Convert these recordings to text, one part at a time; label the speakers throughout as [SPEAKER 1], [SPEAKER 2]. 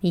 [SPEAKER 1] 你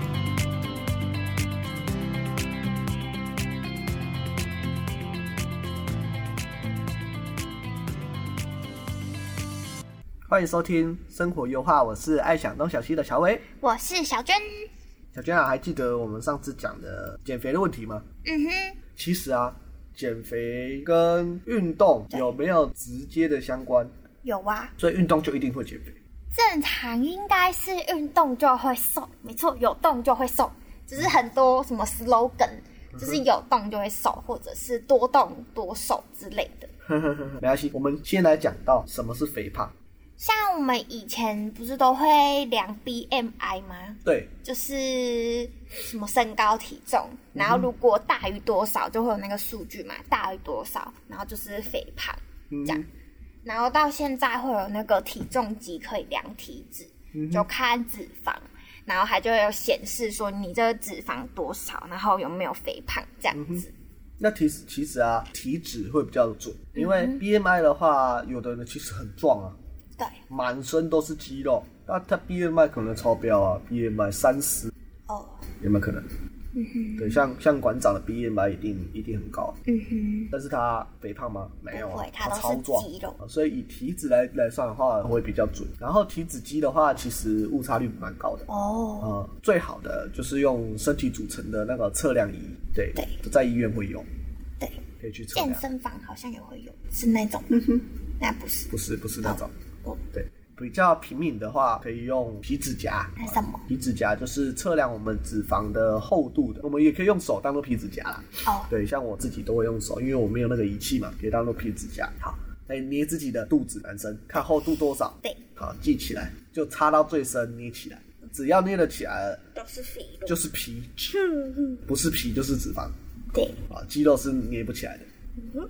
[SPEAKER 2] 欢迎收听《生活优化》，我是爱想东想西的乔伟。
[SPEAKER 3] 我是小娟。
[SPEAKER 2] 小娟啊，还记得我们上次讲的减肥的问题吗？
[SPEAKER 3] 嗯哼，
[SPEAKER 2] 其实啊，减肥跟运动有没有直接的相关？
[SPEAKER 3] 有啊，
[SPEAKER 2] 所以运动就一定会减肥。
[SPEAKER 3] 正常应该是运动就会瘦，没错，有动就会瘦，只是很多什么 slogan，就是有动就会瘦，或者是多动多瘦之类的。
[SPEAKER 2] 没关系，我们先来讲到什么是肥胖。
[SPEAKER 3] 像我们以前不是都会量 BMI 吗？
[SPEAKER 2] 对，
[SPEAKER 3] 就是什么身高体重，然后如果大于多少就会有那个数据嘛，大于多少，然后就是肥胖。
[SPEAKER 2] 嗯
[SPEAKER 3] 这样然后到现在会有那个体重机可以量体脂，就看脂肪，然后它就会有显示说你这个脂肪多少，然后有没有肥胖这样子。
[SPEAKER 2] 那其实其实啊，体脂会比较准，因为
[SPEAKER 3] 嗯
[SPEAKER 2] BMI 的话，有的人其实很壮啊，
[SPEAKER 3] 对，
[SPEAKER 2] 满身都是肌肉，那他 BMI 可能超标啊，BMI 三十
[SPEAKER 3] 哦，
[SPEAKER 2] 有没有可能？对，像像馆长的 BMI 一定一定很高，
[SPEAKER 3] 嗯哼，
[SPEAKER 2] 但是他肥胖吗？没有
[SPEAKER 3] 不
[SPEAKER 2] 啊
[SPEAKER 3] 会，他都是
[SPEAKER 2] 超壮啊
[SPEAKER 3] 肌肉，
[SPEAKER 2] 所以以体脂来来算的话会比较准。然后体脂机的话，其实误差率蛮高的。
[SPEAKER 3] 哦，
[SPEAKER 2] 呃，最好的就是用身体组成的那个测量仪，对，
[SPEAKER 3] 对
[SPEAKER 2] 就在医院会有，
[SPEAKER 3] 对，啊嗯
[SPEAKER 2] 可以去测
[SPEAKER 3] 健
[SPEAKER 2] 量。
[SPEAKER 3] 身房好像也会有，是那种，那不是
[SPEAKER 2] 不是不是那种，
[SPEAKER 3] 哦，
[SPEAKER 2] 对，比较平民的话，可以用皮指夹。
[SPEAKER 3] 那哎什么？
[SPEAKER 2] 皮指夹就是测量我们脂肪的厚度的，我们也可以用手当做皮指夹啦。
[SPEAKER 3] 哦，
[SPEAKER 2] 对，像我自己都会用手，因为我没有那个仪器嘛，可以当做皮指甲。好，来捏自己的肚子，男生看厚度多少，
[SPEAKER 3] 对，
[SPEAKER 2] 好记起来，就插到最深捏起来，只要捏得起来了，
[SPEAKER 3] 都是肥肉，
[SPEAKER 2] 就是皮，不是皮就是脂肪
[SPEAKER 3] 对，
[SPEAKER 2] 啊，肌肉是捏不起来的。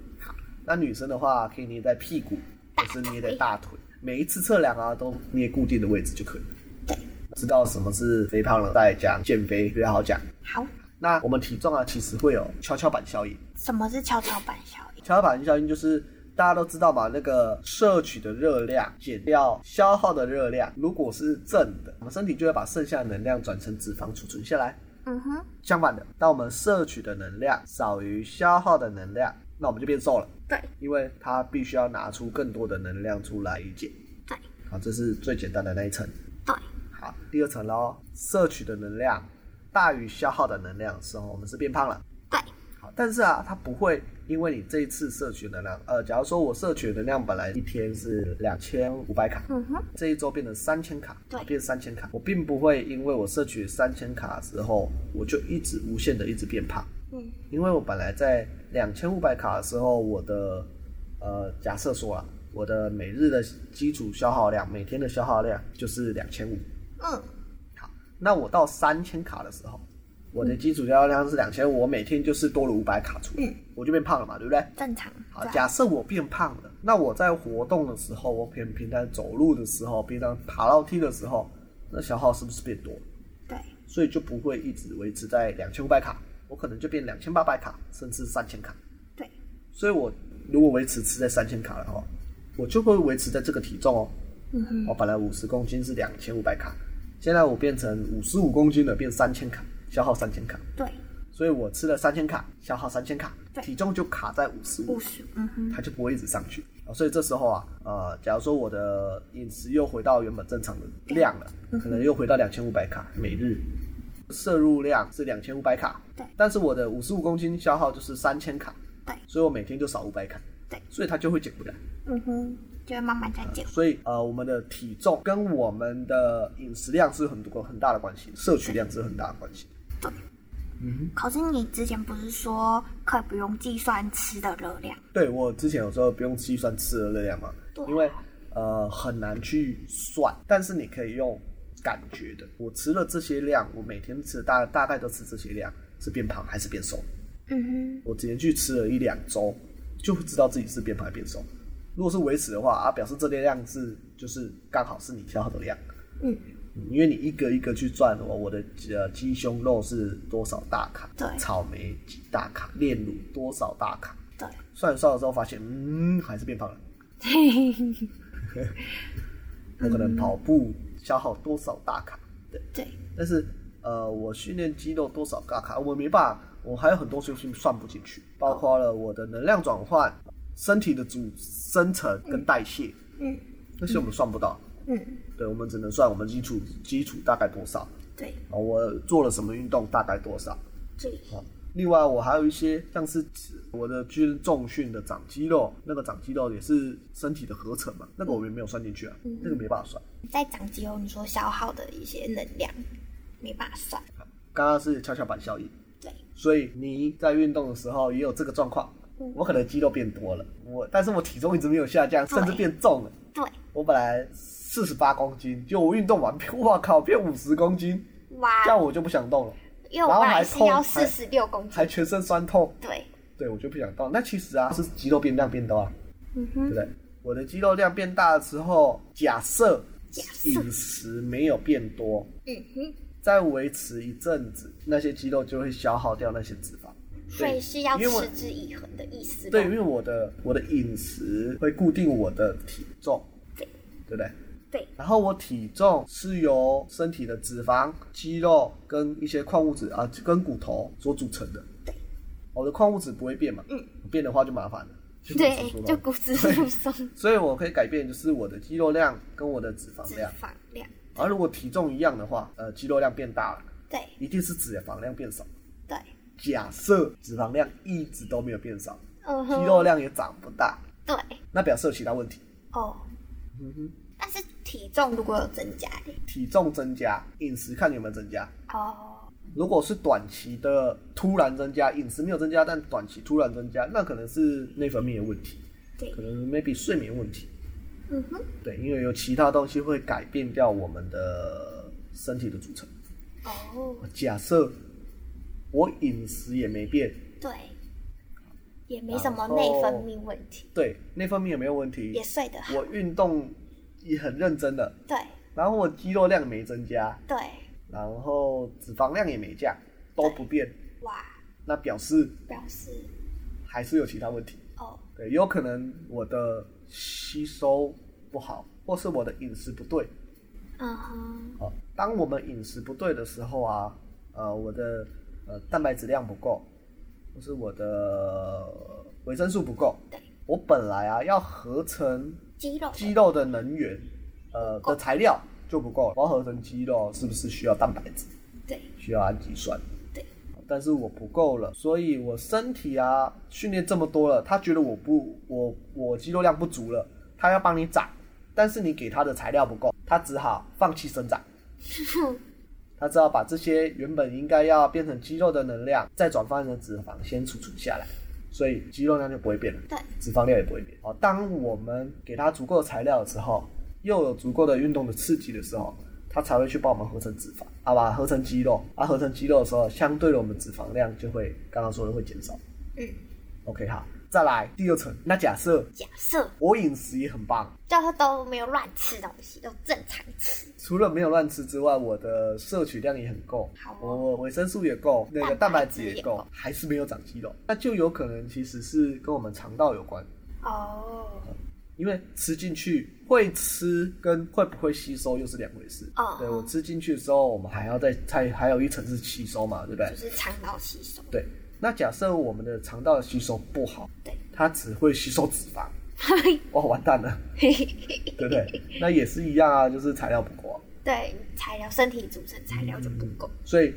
[SPEAKER 2] 那女生的话，可以捏在屁股，或是捏在大腿，每一次测量啊，都捏固定的位置就可以了。知道什么是肥胖了，再讲减肥比较好讲。
[SPEAKER 3] 好。
[SPEAKER 2] 那我们体重啊，其实会有跷跷板效应。
[SPEAKER 3] 什么是跷跷板效应？
[SPEAKER 2] 跷跷板效应就是大家都知道嘛，那个摄取的热量减掉消耗的热量，如果是正的，我们身体就会把剩下的能量转成脂肪储存下来。
[SPEAKER 3] 嗯哼，
[SPEAKER 2] 相反的，当我们摄取的能量少于消耗的能量，那我们就变瘦了，
[SPEAKER 3] 对
[SPEAKER 2] 因为它必须要拿出更多的能量出来解。
[SPEAKER 3] 对
[SPEAKER 2] 好，这是最简单的那一层。
[SPEAKER 3] 对，
[SPEAKER 2] 好，第二层喽，摄取的能量大于消耗的能量的时候，我们是变胖了。
[SPEAKER 3] 对，
[SPEAKER 2] 好，但是啊，它不会因为你这一次摄取能量，呃，假如说我摄取的能量本来一天是两千五百卡，
[SPEAKER 3] 嗯哼，
[SPEAKER 2] 这一周变成三千卡，
[SPEAKER 3] 对
[SPEAKER 2] 变三千卡，我并不会因为我摄取三千卡之后，我就一直无限的一直变胖，
[SPEAKER 3] 嗯，
[SPEAKER 2] 因为我本来在两千五百卡的时候，我的呃，假设说啊，我的每日的基础消耗量，每天的消耗量就是两千五，
[SPEAKER 3] 嗯，
[SPEAKER 2] 好，那我到三千卡的时候，我的基础消耗量是两千五，我每天就是多了五百卡出来，我就变胖了嘛，对不对？
[SPEAKER 3] 正常。
[SPEAKER 2] 好，
[SPEAKER 3] 对
[SPEAKER 2] 假设我变胖了，那我在活动的时候，我平平常走路的时候，平常爬楼梯的时候，那消耗是不是变多了？
[SPEAKER 3] 对，
[SPEAKER 2] 所以就不会一直维持在两千五百卡，我可能就变两千八百卡，甚至三千卡。
[SPEAKER 3] 对，
[SPEAKER 2] 所以我如果维持吃在三千卡的话，我就会维持在这个体重哦。
[SPEAKER 3] 嗯哼，
[SPEAKER 2] 我本来五十公斤是两千五百卡，现在我变成五十五公斤了，变三千卡，消耗三千卡。
[SPEAKER 3] 对，
[SPEAKER 2] 所以我吃了三千卡，消耗三千卡，
[SPEAKER 3] 对
[SPEAKER 2] 体重就卡在五十五
[SPEAKER 3] 五，十，嗯哼，
[SPEAKER 2] 它就不会一直上去。啊所以这时候啊，呃，假如说我的饮食又回到原本正常的量了，
[SPEAKER 3] 嗯
[SPEAKER 2] 可能又回到两千五百卡每日，摄入量是两千五百卡
[SPEAKER 3] 对，
[SPEAKER 2] 但是我的五十五公斤消耗就是三千卡，
[SPEAKER 3] 对
[SPEAKER 2] 所以我每天就少五百卡，
[SPEAKER 3] 对，
[SPEAKER 2] 所以它就会减回来。
[SPEAKER 3] 嗯哼，就会慢慢再减。
[SPEAKER 2] 所以呃，我们的体重跟我们的饮食量是很多很大的关系，摄取量是很大的关系。
[SPEAKER 3] 对，可是你之前不是说可以不用计算吃的热量？
[SPEAKER 2] 对我之前有时候不用计算吃的热量嘛
[SPEAKER 3] 对，啊
[SPEAKER 2] 因为呃很难去算，但是你可以用感觉的。我吃了这些量，我每天吃大大概都吃这些量，是变胖还是变瘦？
[SPEAKER 3] 嗯
[SPEAKER 2] 我直接去吃了一两周，就会知道自己是变胖还变瘦。如果是维持的话啊，表示这些量是就是刚好是你消耗的量。
[SPEAKER 3] 嗯，
[SPEAKER 2] 因为你一个一个去算，我我的呃鸡胸肉是多少大卡，
[SPEAKER 3] 对
[SPEAKER 2] 草莓几大卡，炼乳多少大卡，
[SPEAKER 3] 对，
[SPEAKER 2] 算一算的时候发现，嗯，还是变胖了。 我可能跑步消耗多少大卡，对，
[SPEAKER 3] 对，
[SPEAKER 2] 但是呃，我训练肌肉多少大卡，我没办法，我还有很多事情算不进去，包括了我的能量转换、身体的组生成跟代谢，
[SPEAKER 3] 嗯
[SPEAKER 2] 那些我们算不到。
[SPEAKER 3] 嗯，
[SPEAKER 2] 对，我们只能算我们基础基础大概多少，
[SPEAKER 3] 对，
[SPEAKER 2] 啊，我做了什么运动大概多少。
[SPEAKER 3] 对，
[SPEAKER 2] 啊，另外我还有一些像是我的军重训的长肌肉，那个长肌肉也是身体的合成嘛，那个我们也没有算进去啊，
[SPEAKER 3] 嗯
[SPEAKER 2] 那个没办法算。
[SPEAKER 3] 在长肌肉，你说消耗的一些能量没办法算，
[SPEAKER 2] 刚刚是跷跷板效应，
[SPEAKER 3] 对，
[SPEAKER 2] 所以你在运动的时候也有这个状况。
[SPEAKER 3] 嗯
[SPEAKER 2] 我可能肌肉变多了，我但是我体重一直没有下降，甚至
[SPEAKER 3] 对
[SPEAKER 2] 变重了。
[SPEAKER 3] 对，
[SPEAKER 2] 我本来四十八公斤，就我运动完，哇靠，变 五十公斤，
[SPEAKER 3] 哇
[SPEAKER 2] 这，样我就不想动了。
[SPEAKER 3] 因为我本来是要四十六公斤，
[SPEAKER 2] 还全身酸痛，
[SPEAKER 3] 对，
[SPEAKER 2] 对我就不想动。那其实啊，是肌肉变量变多啊，
[SPEAKER 3] 嗯
[SPEAKER 2] 对
[SPEAKER 3] 哼，
[SPEAKER 2] 不对？我的肌肉量变大的时候，假设
[SPEAKER 3] 假设
[SPEAKER 2] 饮食没有变多，
[SPEAKER 3] 嗯哼，
[SPEAKER 2] 再维持一阵子，那些肌肉就会消耗掉那些脂肪。
[SPEAKER 3] 所以是要
[SPEAKER 2] 因为我
[SPEAKER 3] 持之以恒的意思咯，
[SPEAKER 2] 对，因为我的我的饮食会固定我的体重，
[SPEAKER 3] 对
[SPEAKER 2] 对不对？
[SPEAKER 3] 对，
[SPEAKER 2] 然后我体重是由身体的脂肪、肌肉跟一些矿物质啊，跟骨头所组成的。哦
[SPEAKER 3] 对，
[SPEAKER 2] 我的矿物质不会变嘛？
[SPEAKER 3] 嗯，
[SPEAKER 2] 变的话就麻烦了。就骨质疏
[SPEAKER 3] 对，
[SPEAKER 2] 松
[SPEAKER 3] 就骨质疏松，
[SPEAKER 2] 所以我可以改变就是我的肌肉量跟我的脂肪
[SPEAKER 3] 脂
[SPEAKER 2] 量。
[SPEAKER 3] 肪量，
[SPEAKER 2] 而如果体重一样的话，呃，肌肉量变大了，
[SPEAKER 3] 对
[SPEAKER 2] 一定是脂肪量变少。
[SPEAKER 3] 对，
[SPEAKER 2] 假设脂肪量一直都没有变少，
[SPEAKER 3] 嗯
[SPEAKER 2] 肌
[SPEAKER 3] 哼，
[SPEAKER 2] 肉量也长不大，
[SPEAKER 3] 对，
[SPEAKER 2] 那表示有其他问题。
[SPEAKER 3] 哦，但是体重如果有增加，欸
[SPEAKER 2] 体重增加，饮食看你有没有增加。
[SPEAKER 3] 哦，
[SPEAKER 2] 如果是短期的突然增加，饮食没有增加，但短期突然增加，那可能是内分泌的问题，
[SPEAKER 3] 对
[SPEAKER 2] 可，能 maybe 睡眠问题。
[SPEAKER 3] 嗯哼，
[SPEAKER 2] 对，因为有其他东西会改变掉我们的身体的组成。
[SPEAKER 3] 哦，
[SPEAKER 2] 假设我饮食也没变，
[SPEAKER 3] 对，也没什么内分泌问题，
[SPEAKER 2] 对，内分泌也没有问题
[SPEAKER 3] 也，睡得好，
[SPEAKER 2] 我运动也很认真的，
[SPEAKER 3] 对
[SPEAKER 2] 然后我肌肉量没增加，
[SPEAKER 3] 对，
[SPEAKER 2] 然后脂肪量也没降，都不变，
[SPEAKER 3] 哇，
[SPEAKER 2] 那表示
[SPEAKER 3] 表示
[SPEAKER 2] 还是有其他问题。
[SPEAKER 3] 哦，
[SPEAKER 2] 对，有可能我的吸收不好，或是我的饮食不对。
[SPEAKER 3] 嗯哼，
[SPEAKER 2] 啊，当我们饮食不对的时候啊，呃，我的呃蛋白质量不够，或是我的呃维生素不够，
[SPEAKER 3] 对，
[SPEAKER 2] 我本来啊要合成
[SPEAKER 3] 肌肉的，
[SPEAKER 2] 肌肉的能源，呃的材料就不够了，我要合成肌肉是不是需要蛋白质，
[SPEAKER 3] 对
[SPEAKER 2] 需要氨基酸？
[SPEAKER 3] 对，
[SPEAKER 2] 但是我不够了，所以我身体啊训练这么多了，他觉得我不我我肌肉量不足了，他要帮你长，但是你给他的材料不够，他只好放弃生长，他只好把这些原本应该要变成肌肉的能量，再转换成脂肪先储存下来，所以肌肉量就不会变了，
[SPEAKER 3] 对，
[SPEAKER 2] 脂肪量也不会变。好，当我们给他足够的材料的时候，又有足够的运动的刺激的时候。它才会去帮我们合成脂肪，啊吧，合成肌肉，啊，合成肌肉的时候，相对的我们脂肪量就会刚刚说的会减少。
[SPEAKER 3] 嗯，
[SPEAKER 2] OK，好，再来第二层。那假设
[SPEAKER 3] 假设
[SPEAKER 2] 我饮食也很棒，
[SPEAKER 3] 就是都没有乱吃东西，都正常吃，
[SPEAKER 2] 除了没有乱吃之外，我的摄取量也很够
[SPEAKER 3] 好，哦
[SPEAKER 2] 我维生素也够，那个蛋
[SPEAKER 3] 蛋
[SPEAKER 2] 白
[SPEAKER 3] 白
[SPEAKER 2] 质
[SPEAKER 3] 质
[SPEAKER 2] 也
[SPEAKER 3] 也
[SPEAKER 2] 够
[SPEAKER 3] 够，
[SPEAKER 2] 还是没有长肌肉，那就有可能其实是跟我们肠道有关，
[SPEAKER 3] 哦，
[SPEAKER 2] 因为吃进去会吃跟会不会吸收又是两回事。
[SPEAKER 3] 哦
[SPEAKER 2] 对我吃进去之后，我们还要再再还有一层是吸收嘛，对不对
[SPEAKER 3] 就？是肠道吸 收，
[SPEAKER 2] 对。那假设我们的肠道的吸收不好，
[SPEAKER 3] 对，
[SPEAKER 2] 它只会吸收脂 肪，
[SPEAKER 3] 嘿
[SPEAKER 2] 哇，完蛋了。
[SPEAKER 3] 嘿嘿嘿
[SPEAKER 2] 对不对？那也是一样啊，就是材料不够啊、
[SPEAKER 3] 对，材料身体组成材料就不够，
[SPEAKER 2] 所以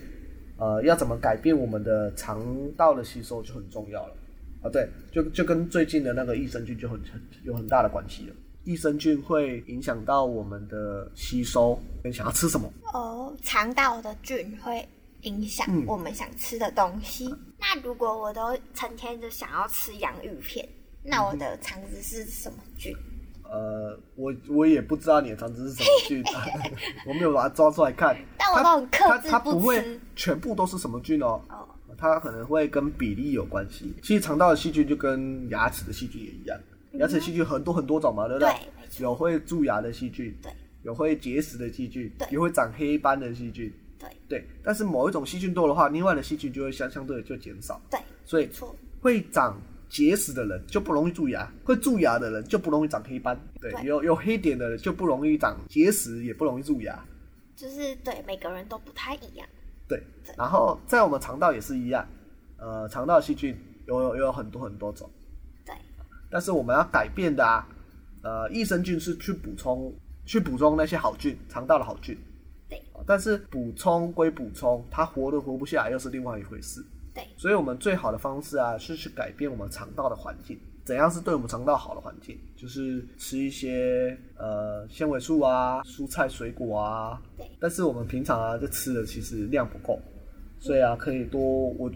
[SPEAKER 2] 呃，要怎么改变我们的肠道的吸收就很重要了啊。对，就就跟最近的那个益生菌就很很有很大的关系了。益生菌会影响到我们的吸收，跟想要吃什么。
[SPEAKER 3] 哦，肠道的菌会影响
[SPEAKER 2] 嗯
[SPEAKER 3] 我们想吃的东西。那如果我都成天就想要吃洋芋片，那我的肠子是什么菌？
[SPEAKER 2] 呃，我我也不知道你的肠子是什么菌， 我没有把它抓出来看。
[SPEAKER 3] 但我
[SPEAKER 2] 它
[SPEAKER 3] 都很克制
[SPEAKER 2] 它它不
[SPEAKER 3] 不
[SPEAKER 2] 会
[SPEAKER 3] 吃
[SPEAKER 2] 全部都是什么菌哦，
[SPEAKER 3] 哦，
[SPEAKER 2] 它它可能会跟比例有关系。其实肠道的细菌就跟牙齿的细菌也一样，牙齿细菌很多很多种嘛，对不对？
[SPEAKER 3] 嗯对没
[SPEAKER 2] 有会蛀牙的细菌，
[SPEAKER 3] 对，
[SPEAKER 2] 有会结石的细菌
[SPEAKER 3] 对，
[SPEAKER 2] 有会长黑斑的细菌，
[SPEAKER 3] 对
[SPEAKER 2] 对。但是某一种细菌多的话，另外的细菌就会相相对就减少，
[SPEAKER 3] 对，
[SPEAKER 2] 所以
[SPEAKER 3] 没错，
[SPEAKER 2] 会长结石的人就不容易蛀牙，会蛀牙的人就不容易长黑斑，对，
[SPEAKER 3] 对
[SPEAKER 2] 有有黑点的人就不容易长结石，也不容易蛀牙，
[SPEAKER 3] 就是对每个人都不太一样。
[SPEAKER 2] 对。然后在我们肠道也是一样，呃，肠道细菌有有有很多很多种，
[SPEAKER 3] 对，
[SPEAKER 2] 但是我们要改变的啊，呃，益生菌是去补充去补充那些好菌，肠道的好菌。哦
[SPEAKER 3] 对
[SPEAKER 2] 但是补充归补充，它活都活不下来又是另外一回事。
[SPEAKER 3] 对，
[SPEAKER 2] 所以我们最好的方式啊，是去改变我们肠道的环境。怎样是对我们肠道好的环境？就是吃一些呃纤维素啊、蔬菜水果啊
[SPEAKER 3] 对。
[SPEAKER 2] 但是我们平常啊，这吃的其实量不够，所以啊，可以多我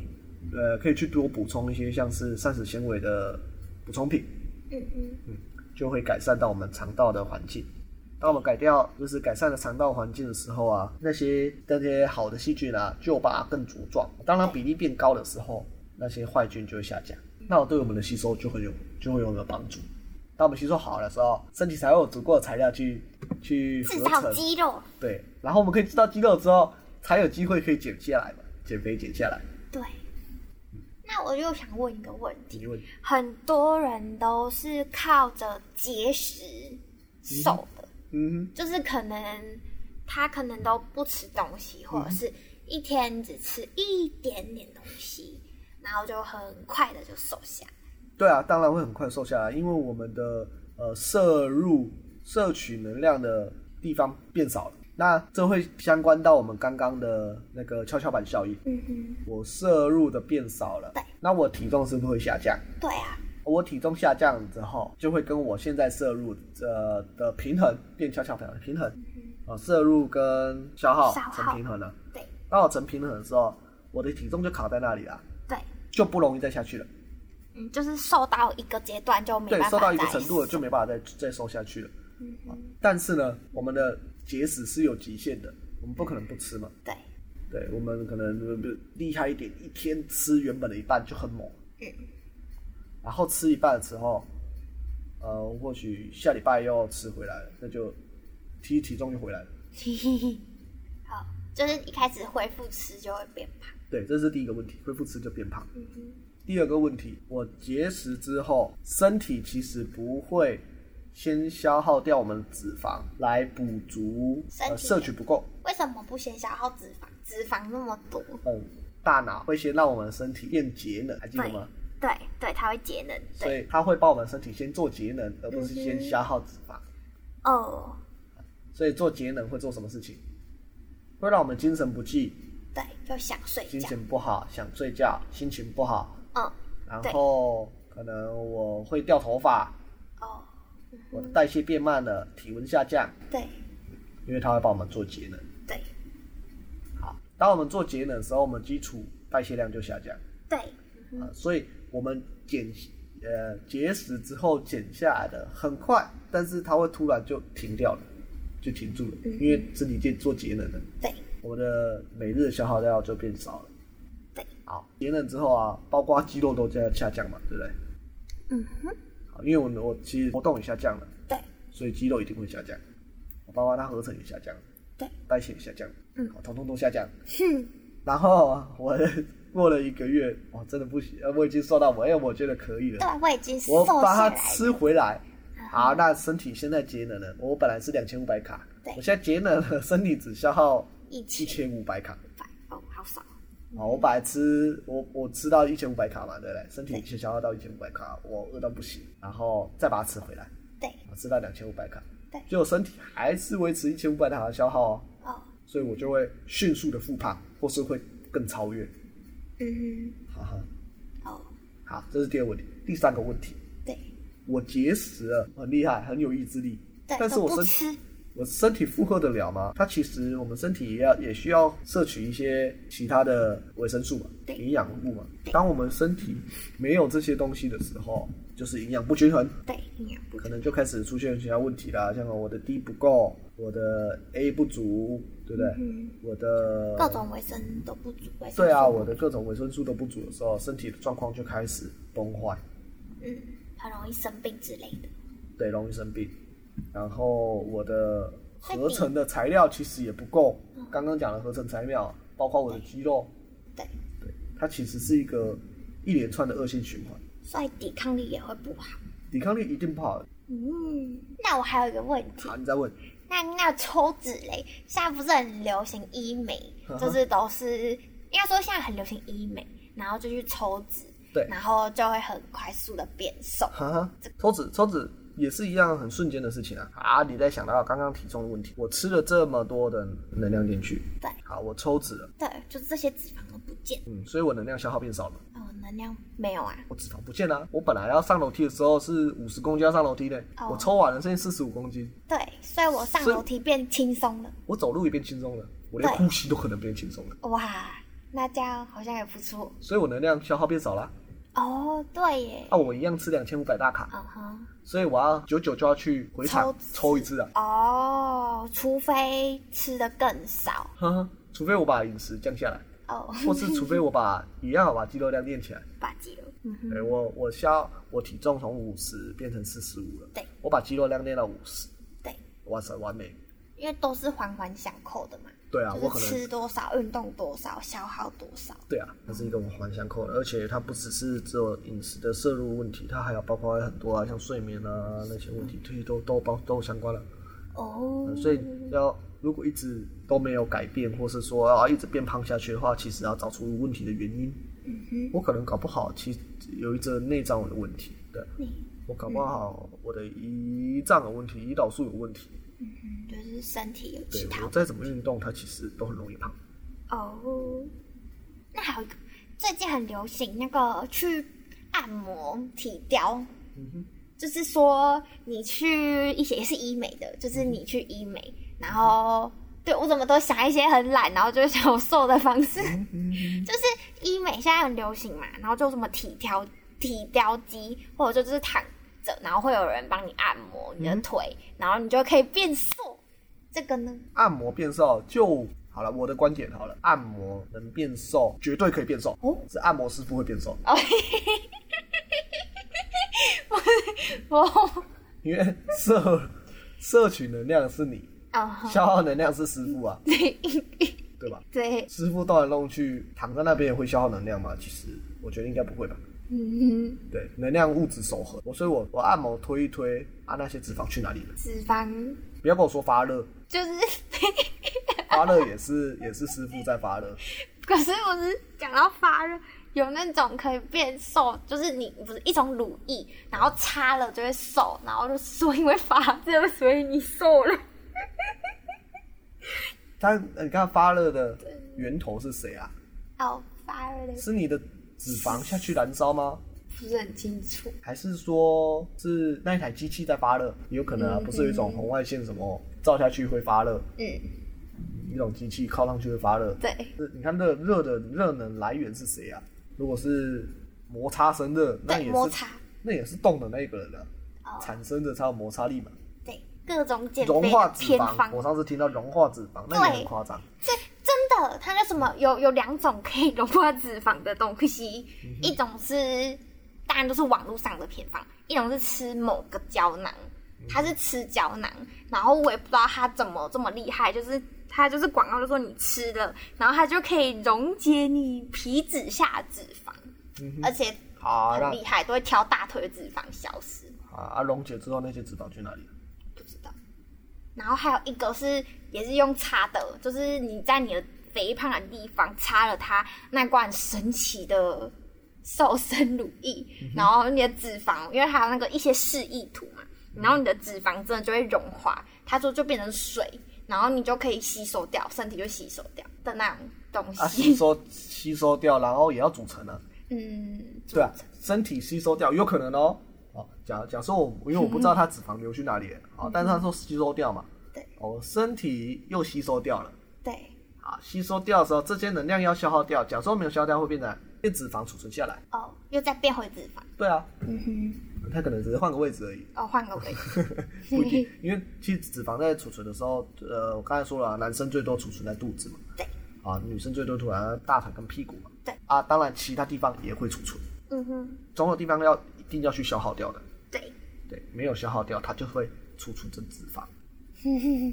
[SPEAKER 2] 呃可以去多补充一些像是膳食纤维的补充品。
[SPEAKER 3] 嗯嗯，
[SPEAKER 2] 就会改善到我们肠道的环境。当我们改掉就是改善了肠道环境的时候啊，那些那些好的细菌啊，就有办法更茁壮。当然比例变高的时候，那些坏菌就会下降，那对我们的吸收就很有就会有了帮助。当我们吸收好的时候，身体才会有足够的材料去去
[SPEAKER 3] 制
[SPEAKER 2] 合
[SPEAKER 3] 造
[SPEAKER 2] 成。
[SPEAKER 3] 肌肉，
[SPEAKER 2] 对，然后我们可以制造肌肉之后，才有机会可以减下来嘛，减肥减下来。
[SPEAKER 3] 对。那我又想问一个问题，
[SPEAKER 2] 你问
[SPEAKER 3] 很多人都是靠着节食瘦的，
[SPEAKER 2] 嗯
[SPEAKER 3] 就是可能他可能都不吃东西，或
[SPEAKER 2] 嗯
[SPEAKER 3] 者是一天只吃一点点东西，然后就很快的就瘦下。
[SPEAKER 2] 对啊，当然会很快瘦下来，因为我们的呃摄入摄取能量的地方变少了。那这会相关到我们刚刚的那个跷跷板效应，
[SPEAKER 3] 嗯哼，
[SPEAKER 2] 我摄入的变少了
[SPEAKER 3] 对，
[SPEAKER 2] 那我体重是不是会下降？
[SPEAKER 3] 对啊，
[SPEAKER 2] 我体重下降之后，就会跟我现在摄入呃的平衡变跷跷板平衡，啊、摄入跟消耗
[SPEAKER 3] 消耗
[SPEAKER 2] 成平衡了。
[SPEAKER 3] 对
[SPEAKER 2] 当我成平衡的时候，我的体重就卡在那里了，
[SPEAKER 3] 对，
[SPEAKER 2] 就不容易再下去了。
[SPEAKER 3] 嗯，就是瘦到一个阶段就没
[SPEAKER 2] 对
[SPEAKER 3] 办，法嗯
[SPEAKER 2] 瘦到一个
[SPEAKER 3] 再
[SPEAKER 2] 程度了就
[SPEAKER 3] 瘦
[SPEAKER 2] 没办法再再瘦下去了。但是呢，我们的节食是有极限的，我们不可能不吃嘛。
[SPEAKER 3] 对，
[SPEAKER 2] 对，我们可能呃厉害一点，一天吃原本的一半就很猛，
[SPEAKER 3] 嗯，
[SPEAKER 2] 然后吃一半的时候，呃，或许下礼拜又吃回来了，那就体体重就回来了。
[SPEAKER 3] 嘿嘿嘿，好，就是一开始恢复吃就会变胖。
[SPEAKER 2] 对，这是第一个问题，恢复吃就变胖。
[SPEAKER 3] 嗯哼，
[SPEAKER 2] 第二个问题，我节食之后，身体其实不会先消耗掉我们的脂肪来补足
[SPEAKER 3] 身
[SPEAKER 2] 呃
[SPEAKER 3] 体的
[SPEAKER 2] 摄取不够，
[SPEAKER 3] 为什么不先消耗脂肪？脂肪那么多，
[SPEAKER 2] 嗯，大脑会先让我们的身体变节能，还记得
[SPEAKER 3] 对
[SPEAKER 2] 吗？
[SPEAKER 3] 对对，它会节能。
[SPEAKER 2] 所
[SPEAKER 3] 对，嗯
[SPEAKER 2] 以它会帮我们身体先做节能，而不是先消耗脂肪。
[SPEAKER 3] 哦，
[SPEAKER 2] 所以做节能会做什么事情？会让我们精神不济，
[SPEAKER 3] 对，就想睡
[SPEAKER 2] 心
[SPEAKER 3] 觉。
[SPEAKER 2] 情不好，想睡觉，心情不好，
[SPEAKER 3] 嗯，
[SPEAKER 2] 然
[SPEAKER 3] 对
[SPEAKER 2] 后可能我会掉头发，
[SPEAKER 3] 哦，
[SPEAKER 2] 我的代谢变慢了，体温下降，
[SPEAKER 3] 对
[SPEAKER 2] 因为它会帮我们做节能。
[SPEAKER 3] 对
[SPEAKER 2] 好，当我们做节能的时候，我们基础代谢量就下降
[SPEAKER 3] 对，
[SPEAKER 2] 啊、所以我们减呃节食之后减下来的很快，但是它会突然就停掉了，就停住了，
[SPEAKER 3] 嗯
[SPEAKER 2] 因为身体在做节能了，
[SPEAKER 3] 对
[SPEAKER 2] 我们的每日的消耗量就变少了。
[SPEAKER 3] 对，
[SPEAKER 2] 好，节能之后啊，包括肌肉都在下降嘛，对不对？
[SPEAKER 3] 嗯哼，
[SPEAKER 2] 好，因为我我其实活动也下降了，
[SPEAKER 3] 对
[SPEAKER 2] 所以肌肉一定会下降，包括它合成也下降了，
[SPEAKER 3] 对，
[SPEAKER 2] 代谢也下降，嗯，好，统统都下降。
[SPEAKER 3] 哼，
[SPEAKER 2] 然后我过了一个月，哦，真的不行，呃我已经瘦到我，哎，我觉得可以
[SPEAKER 3] 对
[SPEAKER 2] 了，
[SPEAKER 3] 啊，我已经瘦
[SPEAKER 2] 我把它
[SPEAKER 3] 下来了。
[SPEAKER 2] 吃回来。好，那身体现在节能了，我本来是两千五百卡
[SPEAKER 3] 对，
[SPEAKER 2] 我现在节能了，身体只消耗
[SPEAKER 3] 一
[SPEAKER 2] 一
[SPEAKER 3] 千
[SPEAKER 2] 千五百卡。
[SPEAKER 3] 五百，哦，好少。
[SPEAKER 2] 好，我本来吃我我吃到一千五百卡嘛，对不对？身体先消耗到一千五百卡，我饿到不行，然后再把它吃回来，
[SPEAKER 3] 对
[SPEAKER 2] 我啊吃到两千五百卡
[SPEAKER 3] 对，
[SPEAKER 2] 结果身体还是维持一千五百卡的消耗哦，
[SPEAKER 3] 哦，
[SPEAKER 2] 所以我就会迅速的复胖，或是会更超越。
[SPEAKER 3] 嗯
[SPEAKER 2] 哈哈，
[SPEAKER 3] 哼，哦，
[SPEAKER 2] 好，这是第二个问题。第三个问题，
[SPEAKER 3] 对
[SPEAKER 2] 我节食了，很厉害，很有意志力，
[SPEAKER 3] 对，
[SPEAKER 2] 但是
[SPEAKER 3] 都
[SPEAKER 2] 我
[SPEAKER 3] 不
[SPEAKER 2] 身
[SPEAKER 3] 吃，
[SPEAKER 2] 我身体负荷得了吗？它其实我们身体也要也需要摄取一些其他的维生素嘛，
[SPEAKER 3] 对
[SPEAKER 2] 营养物嘛。当我们身体没有这些东西的时候，就是营养不均衡，
[SPEAKER 3] 对，营养不
[SPEAKER 2] 可能就开始出现其他问题啦，像我的 D 不够，我的 A 不足，对不对？我的
[SPEAKER 3] 各种维生都不足，维生素
[SPEAKER 2] 对啊，我的各种维生素都不足的时候，身体的状况就开始崩坏，
[SPEAKER 3] 嗯，很容易生病之类的。
[SPEAKER 2] 对，容易生病。然后我的合成的材料其实也不够，刚刚讲的合成材料，包括我的肌肉，
[SPEAKER 3] 对，
[SPEAKER 2] 对，它其实是一个一连串的恶性循环，
[SPEAKER 3] 所以抵抗力也会不好。
[SPEAKER 2] 抵抗力一定不好。
[SPEAKER 3] 嗯，那我还有一个问题
[SPEAKER 2] 好，，你再问，
[SPEAKER 3] 那那抽脂嘞，现在不是很流行医 美，
[SPEAKER 2] 嗯哼
[SPEAKER 3] 就是都是应该说现在很流行医美，然后就去抽脂，
[SPEAKER 2] 对
[SPEAKER 3] 然后就会很快速的变瘦。
[SPEAKER 2] 哈哈，抽脂抽脂也是一样很瞬间的事情啊啊！你在想到刚刚体重的问题，我吃了这么多的能量进去，
[SPEAKER 3] 对
[SPEAKER 2] 好，我抽脂了，
[SPEAKER 3] 对，就是这些脂肪都不见，
[SPEAKER 2] 嗯，所以我能量消耗变少了，
[SPEAKER 3] 哦，能量没有啊，
[SPEAKER 2] 我脂肪不见了、我本来要上楼梯的时候是五十公斤要上楼梯的，
[SPEAKER 3] 哦
[SPEAKER 2] 我抽完了剩下四十五公斤，
[SPEAKER 3] 对，所以我上
[SPEAKER 2] 所以
[SPEAKER 3] 楼梯变轻松了。
[SPEAKER 2] 我走路也变轻松了，我连
[SPEAKER 3] 对
[SPEAKER 2] 呼吸都可能变轻松了，
[SPEAKER 3] 哇，那这样好像也不错
[SPEAKER 2] 所以我能量消耗变少了。
[SPEAKER 3] 哦。对耶，
[SPEAKER 2] 啊，我一样吃两千五百大卡，
[SPEAKER 3] 嗯哼，
[SPEAKER 2] 所以我要久久就要去回场
[SPEAKER 3] 抽脂
[SPEAKER 2] 抽一次啊，
[SPEAKER 3] 哦，除非吃的更少
[SPEAKER 2] 哈哈，除非我把饮食降下来。
[SPEAKER 3] 哦，
[SPEAKER 2] 或是除非我把一样把肌肉量练起来，
[SPEAKER 3] 把肌肉，嗯哼，
[SPEAKER 2] 哎、我我消我体重从五十变成四十五了，
[SPEAKER 3] 对，
[SPEAKER 2] 我把肌肉量练到五十，
[SPEAKER 3] 对，
[SPEAKER 2] 哇塞，完美，
[SPEAKER 3] 因为都是环环相扣的嘛。
[SPEAKER 2] 对啊，我
[SPEAKER 3] 就
[SPEAKER 2] 可
[SPEAKER 3] 是
[SPEAKER 2] 能
[SPEAKER 3] 吃多少、运动多少、消耗多少。
[SPEAKER 2] 对啊，它是一个环环相扣的，而且它不只是只有饮食的摄入问题，它还有包括很多啊，像睡眠啊那些问题，这些都都包都有相关了，
[SPEAKER 3] 哦
[SPEAKER 2] 呃，所以要如果一直都没有改变，或是说啊一直变胖下去的话，其实要找出问题的原因，
[SPEAKER 3] 嗯哼，
[SPEAKER 2] 我可能搞不好其实有一则内脏的问题，对。
[SPEAKER 3] 你
[SPEAKER 2] 我搞不好我的胰脏有问题，胰岛素有问题，
[SPEAKER 3] 嗯就是身体有
[SPEAKER 2] 对
[SPEAKER 3] 其他
[SPEAKER 2] 我再怎么运动，它其实都很容易胖。
[SPEAKER 3] 哦。那还有一个，最近很流行那个去按摩体雕，
[SPEAKER 2] 嗯哼，
[SPEAKER 3] 就是说你去一些也是医美的，就是你去医美，
[SPEAKER 2] 嗯
[SPEAKER 3] 然后对我怎么都想一些很懒，然后就想我瘦的方
[SPEAKER 2] 嗯
[SPEAKER 3] 式，就是医美现在很流行嘛，然后就什么体雕体雕机，或者就是躺着，然后会有人帮你按摩
[SPEAKER 2] 嗯
[SPEAKER 3] 你的腿，然后你就可以变瘦。这个 呢？
[SPEAKER 2] 按摩变瘦就好了，我的观点好了，按摩能变瘦，绝对可以变瘦，
[SPEAKER 3] 哦
[SPEAKER 2] 是按摩师傅会变瘦，
[SPEAKER 3] 哦，
[SPEAKER 2] 因为摄摄取能量是你，
[SPEAKER 3] 嗯哼，
[SPEAKER 2] 消耗能量是师傅啊，
[SPEAKER 3] 对
[SPEAKER 2] 对吧？
[SPEAKER 3] 对，
[SPEAKER 2] 师傅动来动去，躺在那边也会消耗能量吗？其实我觉得应该不会吧。
[SPEAKER 3] 嗯，
[SPEAKER 2] 对，能量物质守恒，我所以我我按摩推一推，啊那些脂肪去哪里了？
[SPEAKER 3] 脂肪
[SPEAKER 2] 不要跟我说发 热，
[SPEAKER 3] 就是
[SPEAKER 2] 发热也是也是师傅在发热，
[SPEAKER 3] 可是我是讲到发热，有那种可以变瘦，就是你不是一种乳液，然后擦了就会瘦，然后就说因为发热，所以你瘦了。
[SPEAKER 2] 但呃你看发热的源头是谁啊？
[SPEAKER 3] 哦，发热的
[SPEAKER 2] 是你的脂肪下去燃烧吗？
[SPEAKER 3] 不是很清楚。
[SPEAKER 2] 还是说是那一台机器在发热？有可能啊，不是有一种红外线什么照下去会发热，
[SPEAKER 3] 嗯，
[SPEAKER 2] 一种机器靠上去会发热。
[SPEAKER 3] 对，
[SPEAKER 2] 是，你看热热的热能来源是谁啊？如果是摩擦生热，那
[SPEAKER 3] 对
[SPEAKER 2] 也是
[SPEAKER 3] 摩擦
[SPEAKER 2] 那也是动的那个人啊，
[SPEAKER 3] 哦
[SPEAKER 2] 产生的才有摩擦力嘛。
[SPEAKER 3] 对，各种减
[SPEAKER 2] 融
[SPEAKER 3] 肥
[SPEAKER 2] 化
[SPEAKER 3] 的
[SPEAKER 2] 脂
[SPEAKER 3] 偏
[SPEAKER 2] 肪，我
[SPEAKER 3] 方。
[SPEAKER 2] 上次听到融化脂肪，那也
[SPEAKER 3] 对
[SPEAKER 2] 很夸张。
[SPEAKER 3] 这真的，它叫什么？有有两种可以融化脂肪的东西，一种是当然都是网络上的偏方，一种是吃某个胶囊，它是吃胶囊，然后我也不知道它怎么这么厉害，就是它就是广告就说你吃了，然后它就可以溶解你皮脂下脂肪，而且
[SPEAKER 2] 好，啊
[SPEAKER 3] 很
[SPEAKER 2] 那
[SPEAKER 3] 厉害，都会挑大腿的脂肪消失。
[SPEAKER 2] 啊，溶解之后那些脂肪去哪里？
[SPEAKER 3] 不知道。然后还有一个是也是用擦的，就是你在你的肥胖的地方擦了它那罐神奇的瘦身乳液，
[SPEAKER 2] 嗯
[SPEAKER 3] 然后你的脂肪，因为它有那个一些示意图嘛，
[SPEAKER 2] 嗯
[SPEAKER 3] 然后你的脂肪真的就会融化，它说就变成水，然后你就可以吸收掉，身体就吸收掉的那种东
[SPEAKER 2] 啊，吸
[SPEAKER 3] 西。
[SPEAKER 2] 收吸收掉，然后也要组成啊，
[SPEAKER 3] 嗯，
[SPEAKER 2] 对啊，身体吸收掉有可能哦。哦，假假设我因为我不知道它脂肪流去哪里，好，但是他说吸收掉嘛，
[SPEAKER 3] 嗯对，
[SPEAKER 2] 哦，身体又吸收掉了，
[SPEAKER 3] 对，
[SPEAKER 2] 啊，吸收掉的时候这些能量要消耗掉，假设没有消耗掉会变成变脂肪储存下来，
[SPEAKER 3] 哦，又再变回脂肪。
[SPEAKER 2] 对啊，
[SPEAKER 3] 嗯哼，
[SPEAKER 2] 它可能只是换个位置 而已。
[SPEAKER 3] 哦，换 个位置，
[SPEAKER 2] 不一定，因为其实脂肪在储存的时候，呃，我刚才说了啊，男生最多储存在肚子嘛，
[SPEAKER 3] 对，
[SPEAKER 2] 啊，女生最多储存在大腿跟屁股嘛，
[SPEAKER 3] 对，
[SPEAKER 2] 啊，当然其他地方也会储存，
[SPEAKER 3] 嗯哼，
[SPEAKER 2] 总有地方要一定要去消耗掉的，
[SPEAKER 3] 对，
[SPEAKER 2] 对，没有消耗掉，它就会储存成脂 肪。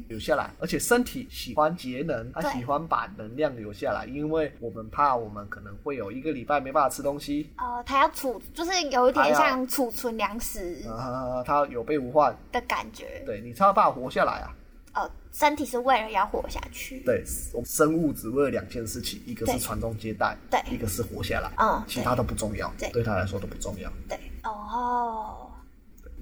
[SPEAKER 2] 留下来，而且身体喜欢节能，它
[SPEAKER 3] 对
[SPEAKER 2] 喜欢把能量留下来，因为我们怕我们可能会有一个礼拜没办法吃东西，
[SPEAKER 3] 呃，它要储，就是有一
[SPEAKER 2] 它
[SPEAKER 3] 点
[SPEAKER 2] 要
[SPEAKER 3] 像储存粮食
[SPEAKER 2] 呃，它有备无患，
[SPEAKER 3] 的感觉。
[SPEAKER 2] 对你才有办法活下来啊。
[SPEAKER 3] 呃，身体是为了要活下去。
[SPEAKER 2] 对，我们生物只为了两件事情，一个是
[SPEAKER 3] 对
[SPEAKER 2] 传宗接代，
[SPEAKER 3] 对
[SPEAKER 2] 一个是活下来，
[SPEAKER 3] 嗯
[SPEAKER 2] 其他都不重要，
[SPEAKER 3] 对
[SPEAKER 2] 对他来说都不重要，
[SPEAKER 3] 对，哦，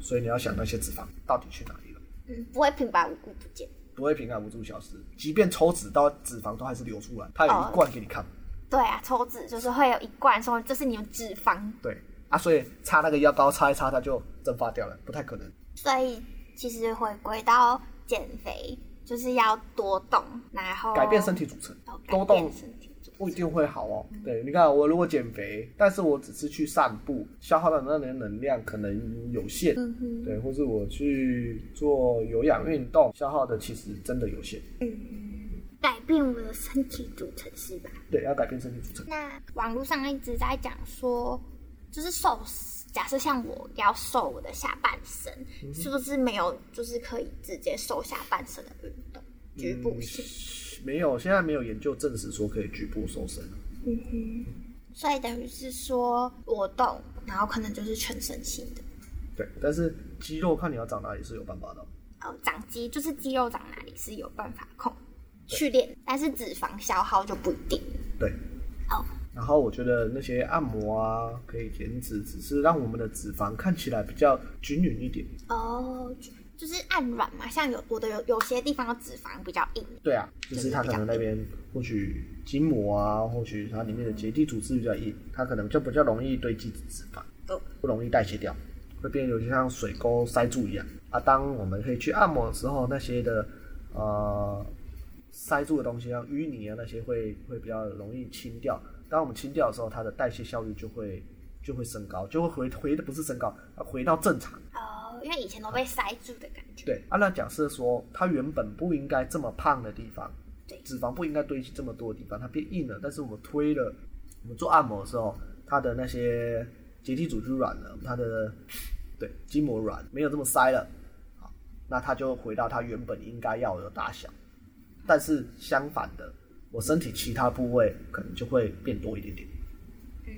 [SPEAKER 2] 所以你要想那些脂肪到底去哪里了，
[SPEAKER 3] 嗯，不会平白无故不见。
[SPEAKER 2] 不会平安无故消失，即便抽脂到脂肪都还是流出来，它有
[SPEAKER 3] 哦
[SPEAKER 2] 一罐给你看，
[SPEAKER 3] 对啊，抽脂就是会有一罐说这是你的脂肪，
[SPEAKER 2] 对啊，所以擦那个药膏擦一擦它就蒸发掉了，不太可能，
[SPEAKER 3] 所以其实回归到减肥，就是要多动，然后
[SPEAKER 2] 改变身体组成
[SPEAKER 3] 哦，改
[SPEAKER 2] 多
[SPEAKER 3] 变
[SPEAKER 2] 动
[SPEAKER 3] 身体组嗯
[SPEAKER 2] 不一定会好哦。对，你看我如果减肥，但是我只是去散步，消耗到那里的能量可能有限，
[SPEAKER 3] 嗯哼
[SPEAKER 2] 对，或是我去做有氧运动，消耗的其实真的有限。
[SPEAKER 3] 改变我的身体组成是吧？
[SPEAKER 2] 对，要改变身体组成。
[SPEAKER 3] 那网络上一直在讲说，就是瘦，假设像我要瘦我的下半身，
[SPEAKER 2] 嗯
[SPEAKER 3] 是不是没有就是可以直接瘦下半身的运
[SPEAKER 2] 嗯
[SPEAKER 3] 动？局部性，
[SPEAKER 2] 没有，现在没有研究证实说可以局部瘦身。
[SPEAKER 3] 所以等于是说我动，然后可能就是全身性的，
[SPEAKER 2] 对，但是肌肉看你要长哪里是有办法的。哦
[SPEAKER 3] 然后哦长肌就是肌肉长哪里是有办法控去练，但是脂肪消耗就不一定
[SPEAKER 2] 对，
[SPEAKER 3] 哦。
[SPEAKER 2] 然后我觉得那些按摩啊，可以减脂，只是让我们的脂肪看起来比较均匀一点。
[SPEAKER 3] 哦，就就是按软嘛，像有我的有有些地方的脂肪比较硬，
[SPEAKER 2] 对啊，就是它可能那边或许筋膜啊，或许它里面的结缔组织比较硬，它可能就比较容易堆积脂肪，
[SPEAKER 3] 哦，
[SPEAKER 2] 不容易代谢掉，会变得有些像水沟塞住一样。啊，当我们可以去按摩的时候，那些的呃塞住的东西啊，淤泥啊那些会会比较容易清掉。当我们清掉的时候，它的代谢效率就会就会升高，就会回回的不是升高，它回到正常。
[SPEAKER 3] 哦，因为以前都被塞住的感觉，
[SPEAKER 2] 对，啊，那假设说它原本不应该这么胖的地方，
[SPEAKER 3] 对
[SPEAKER 2] 脂肪不应该堆积这么多的地方，它变硬了。但是我们推了，我们做按摩的时候，它的那些结缔组织软了，它的对筋膜软，没有这么塞了，好，那它就回到它原本应该要的大小。但是相反的，我身体其他部位可能就会变多一点点，嗯，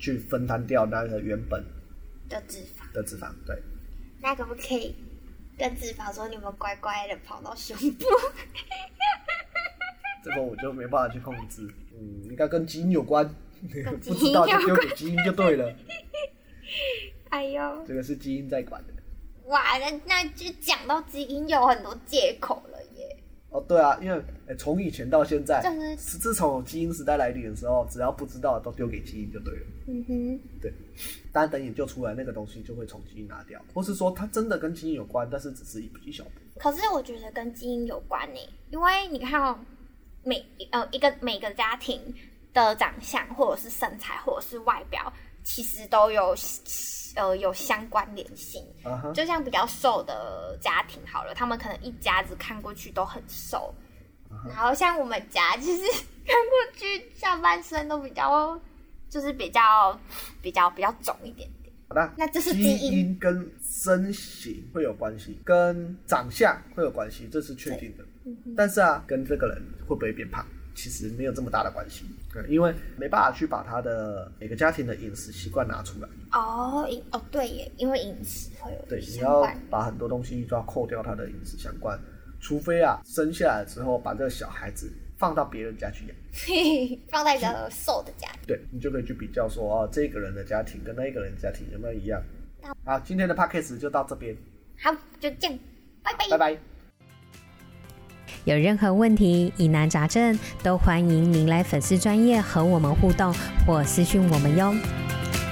[SPEAKER 2] 去分摊掉那个原本
[SPEAKER 3] 的脂肪。
[SPEAKER 2] 的脂肪，对。
[SPEAKER 3] 那可不可以跟脂肪说你们乖乖的跑到胸部？
[SPEAKER 2] 这个我就没办法去控制。嗯，应该跟基因有关，
[SPEAKER 3] 基
[SPEAKER 2] 不
[SPEAKER 3] 因
[SPEAKER 2] 知道就
[SPEAKER 3] 有
[SPEAKER 2] 丢给基因就对了。
[SPEAKER 3] 哎呦，
[SPEAKER 2] 这个是基因在管的。
[SPEAKER 3] 哇，那那就讲到基因有很多借口了耶。
[SPEAKER 2] 哦，对啊，因为呃从以前到现在，
[SPEAKER 3] 就是
[SPEAKER 2] 自自从有基因时代来临的时候，只要不知道的都丢给基因就对了。
[SPEAKER 3] 嗯哼，
[SPEAKER 2] 对，当然等研究出来那个东西就会从基因拿掉，或是说它真的跟基因有关，但是只是一一小部分。
[SPEAKER 3] 可是我觉得跟基因有关呢，因为你看、哦、每呃一个每个家庭的长相或者是身材或者是外表，其实都有呃有相关联性。
[SPEAKER 2] 啊哈，
[SPEAKER 3] 就像比较瘦的家庭好了，他们可能一家子看过去都很瘦，然后像我们家就是看过去下半身都比较，就是比较比较比较肿一点点。
[SPEAKER 2] 那
[SPEAKER 3] 那这是基
[SPEAKER 2] 基
[SPEAKER 3] 因
[SPEAKER 2] 因跟身形会有关系，跟长相会有关系，这是确定的。但是啊，跟这个人会不会变胖，其实没有这么大的关系，对因为没办法去把他的每个家庭的饮食习惯拿出来。
[SPEAKER 3] 哦，饮哦对耶，因为饮食会有
[SPEAKER 2] 对，你
[SPEAKER 3] 相
[SPEAKER 2] 要
[SPEAKER 3] 关。
[SPEAKER 2] 把很多东西都要扣掉他的饮食相关，除非啊，生下来之后把这个小孩子放到别人家去养。
[SPEAKER 3] 嘿嘿放在一个瘦的家庭，
[SPEAKER 2] 对你就可以去比较说啊，这个人的家庭跟那个人的家庭有没有一样。好，今天的 p a c k a g e 就到这边，
[SPEAKER 3] 好，就这样，拜拜
[SPEAKER 2] 拜。拜。
[SPEAKER 1] 有任何问题、疑难杂症，都欢迎您来粉丝专业和我们互动或私讯我们哟。